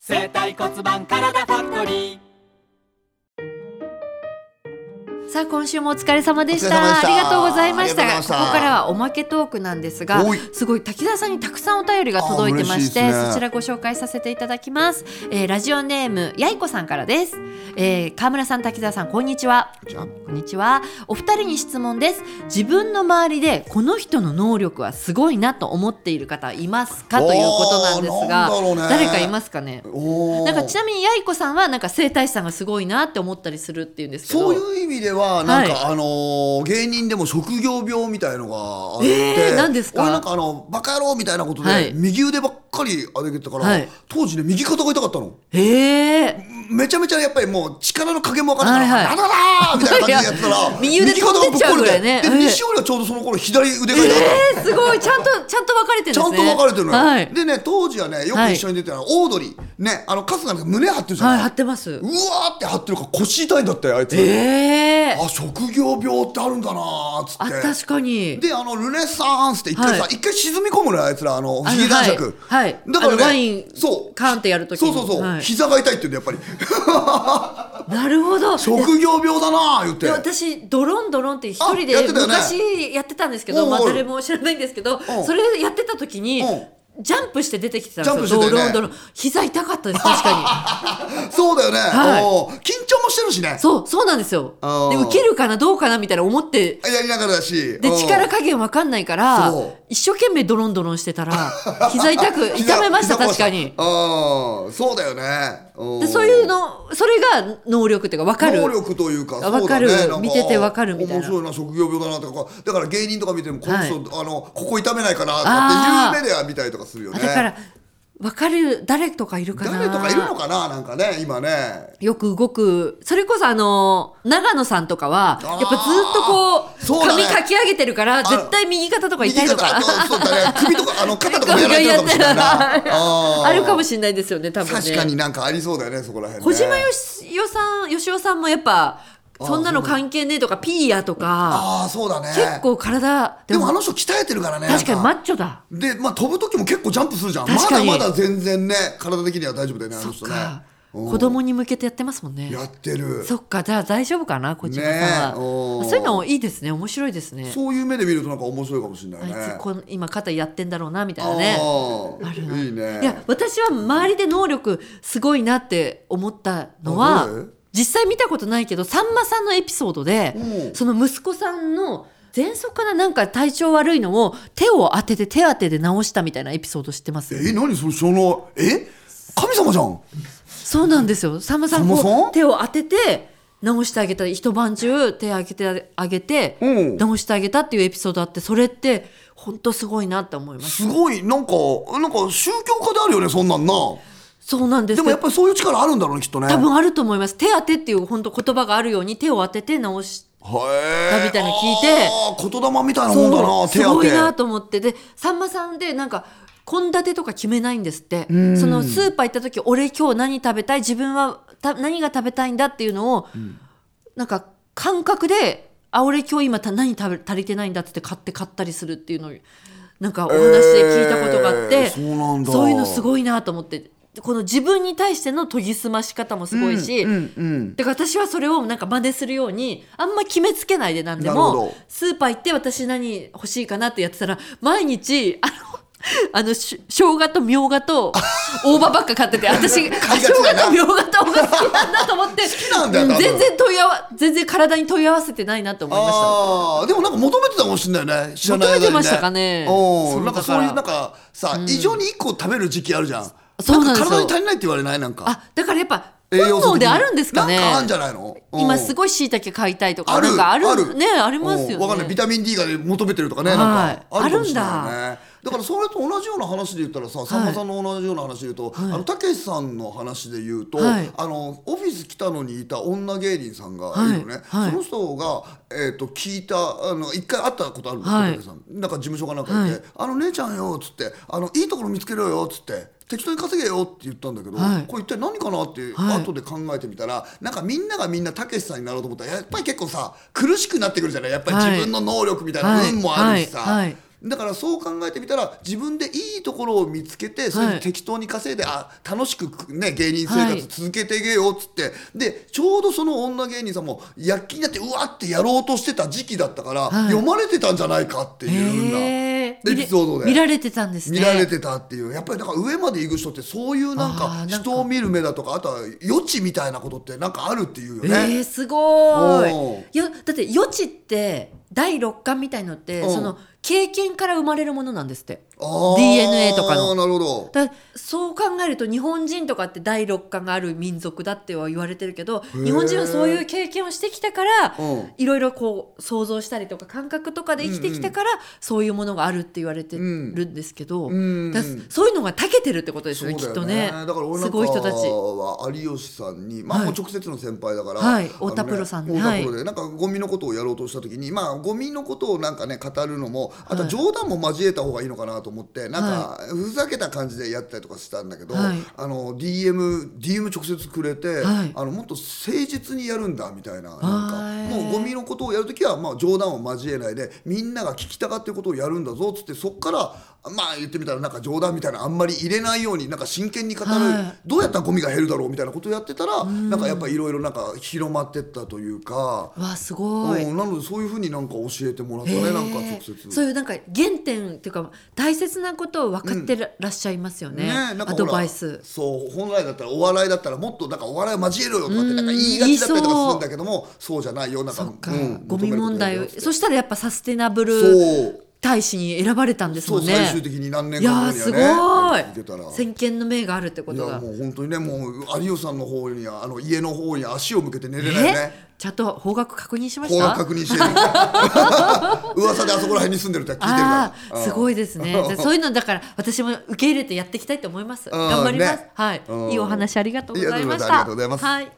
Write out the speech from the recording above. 生体骨盤体ファクトリーさあ今週もお疲れ様でしたお疲れ様でしたありがとうございましたありがとうございましたここからはおまけトークなんですがおいすごい滝沢さんにたくさんお便りが届いてましてあ嬉しいですねそちらご紹介させていただきます、えーラジオネームやいこさんからです、えー、川村さん滝沢さんこんにちはじゃあこんにちは。お二人に質問です。自分の周りでこの人の能力はすごいなと思っている方いますかおーということなんですが、なんだろうね誰かいますかね。おーなんかちなみにやいこさんはなんか生体師さんがすごいなって思ったりするっていうんですけど、そういう意味ではなんか、はいあのー芸人でも職業病みたいのがあって、えー何ですか俺なんかあのバカ野郎みたいなことで、はい右腕ばっかり上げてたから、はい当時ね右肩が痛かったのへえ。めちゃめちゃやっぱりもう力の加減も分からないから、はいなんだなーみたいな感じでやった ら右腕取ってっちゃうぐらいね右肩がえぶっこれてえで西堀はちょうどその頃左腕が痛かったの、えー、すごいちゃんとちゃんと分かれてるんでちゃすんね。と分かれてるのよ、はい。でね当時はねよく一緒に出てたのはオードリーねあの春日なんか胸張ってるじゃな、はいい、貼ってますう。わーって張ってるから腰痛いんだってあいつ、ええー。あ職業病ってあるんだなーっつってあ確かに。であのルネサンスって一回さ、はい一回沈み込むのよあいつらあのあのヒゲ男爵はいはいだからあねのワインそうカーンってやる時そうにそうそう、はい膝が痛いって言うんだやっぱ りなるほど。職業病だなー言ってで私ドロンドロンって一人であやってたよね昔やってたんですけど、おうおうまあ、誰も知らないんですけどんそれやってた時にうジャンプして出てきてたんですジャよンプしてたドロよねンドロン膝痛かったです確か そうだよね、はいおー緊張もしてるしねにそうそうなんですよあーで受けるかなどうかなみたいな思ってやりながらだしでうん力加減わかんないからそう一生懸命ドロンドロンしてた ら膝痛く膝痛めました膝壊確かにうんそうだよねうんでそういうのそれが能力っていうか分かる能力というか、あわかる見ててわかるみたいな面白いな、職業病だなとか、だから芸人とか見ても、この人、あの、ここ痛めないかなとかあっーていう目では見たりとかするよね。あだから分かる誰とかいるかな誰とかいるのかな、なんかね、今ね。よく動く、それこそあの、長野さんとかは、やっぱずっとそこうう、だね髪かき上げてるから、絶対右肩とか痛いの右か肩 な。とそうだね、首とか、あの、肩とかもやられてるかもしれな いな。ーあるかもしれないですよね、多分ね。確かになんかありそうだよね、そこら辺、ね。小島よしおさん、よしおさんもやっぱ、そんなの関係ねえとか、ピーヤとか、ああ、そうだね。結。構体、でもあの人鍛えてるからね。確かになんマッチョだ。で、まあ、飛ぶ時も結構ジャンプするじゃん。ま確だかにまだ全然ね、体的には大丈夫だよね、あそのっ人ねか。。うん子供に向けてやってますもんね。やってる。そっか、じゃあ大丈夫かな、小島さんねえは。おーそういうのいいですね、面白いですね。そういう目で見るとなんか面白いかもしれなあいいね。つこん今肩やってんだろうなみたいなね。あーあるないいね。いや私は周りで能力すごいなって思ったのはあどれ実際見たことないけどさんまさんのエピソードでうんその息子さんの喘息かななんか体調悪いのを手を当てて手当てで治したみたいなエピソード知ってまえす何それそのえ神様じゃん。そうなんですよさんまさんさんまさこんう手を当てて治してあげたり一晩中手あげてあげてうん治してあげたっていうエピソードあってそれって本当すごいなって思いますすごいなんかなんか宗教家であるよねそんなんな。そうなんですけでもどやっぱりそういう力あるんだろうねきっとね。多分あると思います手当てっていう本当言葉があるように手を当てて直しへえ。みたいなの聞いてあー言霊みたいなもんだな手す当ごいて。なと思ってでさんまさんでなんか献立とか決めないんですってそのスーパー行った時俺今日何食べたい自分はた何が食べたいんだっていうのを、なんか感覚であ俺今日今た何食べ足りてないんだっつって買って買ったりするっていうのをなんかお話で聞いたことがあって、えーそうなんだそういうのすごいなと思ってこの自分に対しての研ぎ澄まし方もすごいし、うんうん。だから私はそれをなんか真似するようにあんま決めつけないで何でなるほどもスーパー行って私何欲しいかなってやってたら毎日あの。 あのし生姜とみょうがと大葉ばっか買ってて 私あ買い生がちだな姜とみょうがと大葉好きなんだと思って きなんだよ多分う全然問い合わ全然体に問い合わせてないなと思いましたああでもなんか求めてたかもしれないね知らない間に求めてましたかねおそうなんかだかそうらいうなんかさ、異常に一個食べる時期あるじゃんそうなんですよか体に足りないって言われないなんかあだからやっぱ栄本養素的に能であるんですかねなんかあるんじゃないのうん今すごい椎茸買いたいとかあるなんかあるあるねありますようんねわかんないビタミン D が求めてるとかね、はいなんかあるかもしれあないるよねだからそれと同じような話で言ったらさ、さんまさんの同じような話で言うと、あのたけしさんの話で言うと、はいあのオフィス来たのにいた女芸人さんがいるのね、はいはいその人がえっ、と聞いたあの一回会ったことあるんですよ、はいたけしさんなんか事務所かなんかいはて、いあの姉ちゃんよっつってあのいいところ見つけろよっつって。適当に稼げよって言ったんだけど、はいこれ一体何かなってはい後で考えてみたら、なんかみんながみんなたけしさんになろうと思ったらやっぱり結構さ苦しくなってくるじゃないやっぱり自分の能力みたいなはい運もあるしさ、はいはいだからそう考えてみたら自分でいいところを見つけてそれで適当に稼いで、あ楽しく、ね、芸人生はい活続けていけよっつって、でちょうどその女芸人さんも躍起になってうわってやろうとしてた時期だったから、はい読まれてたんじゃないかっていうようなへエーピソードで。見れ見られてたんですね見られてたっていうやっぱりだから上まで行く人ってそういうなんあかーなんか人を見る目だとかあとは余地みたいなことってなんかあるっていうよえー、ね。すごおーういいやだって余地って第六感みたいのってうんその経験から生まれるものなんですってあー DNA とかのなるほど。だそう考えると日本人とかって第六感がある民族だっては言われてるけどー日本人はそういう経験をしてきたからうんいろいろこう想像したりとか感覚とかで生きてきたからそういうものがあるって言われてるんですけど、うんだそういうのが長けてるってことですそようだねきよっとねだから俺なすんかごい人たち。は有吉さんに、まあ、はいもう直接の先輩だから、はいあのね太田プロさんね太田プロで、なんかゴミのことをやろうとした時に、まあ、ゴミのことをなんかね語るのもあとはい冗談も交えた方がいいのかなと思って、なんかふざけた感じでやったりとかしたんだけど、はいあの DM, DM 直接くれて、はいあのもっと誠実にやるんだみたいななんはかいもうゴミのことをやる時は、まあ、冗談を交えないでみんなが聞きたがってることをやるんだぞっつってそっからまあ言ってみたらなんか冗談みたいなのあんまり入れないようになんか真剣に語る、はどうやったらゴミが減るだろうみたいなことをやってたら、なんかやっぱいろいろなんか広まってったというか、わあすごい、うんなのでそういうふうになんか教えてもらったね、へーなんか直接。そういうなんか原点っていうか大切なことを分かってら,、っしゃいますよねなんかほらアドバイスそう本来だったらお笑いだったらもっとなんかお笑い交えろよとかってなんか言いがちだったりとかするんだけどもそうじゃないよなんかそっか、うんゴミ問題をそししたらやっぱサステナブルそう大使に選ばれたんですそもうんね最終的に何年いやか後ーにすごはね行けたらい先見の明があるってこいとやがもう本当にねもう有吉さんの方にはあの家の方に足を向けて寝れないえねちゃんと方角確認しま方した角確認し てる噂であそこら辺に住んでるって聞いてるあかあらーすごいでですねじゃあそういうのだから私も受け入れてやっていきたいと思いますうん頑張ります、ねはいうんいいお話ありがとうございましたいやでもありがとうございますはい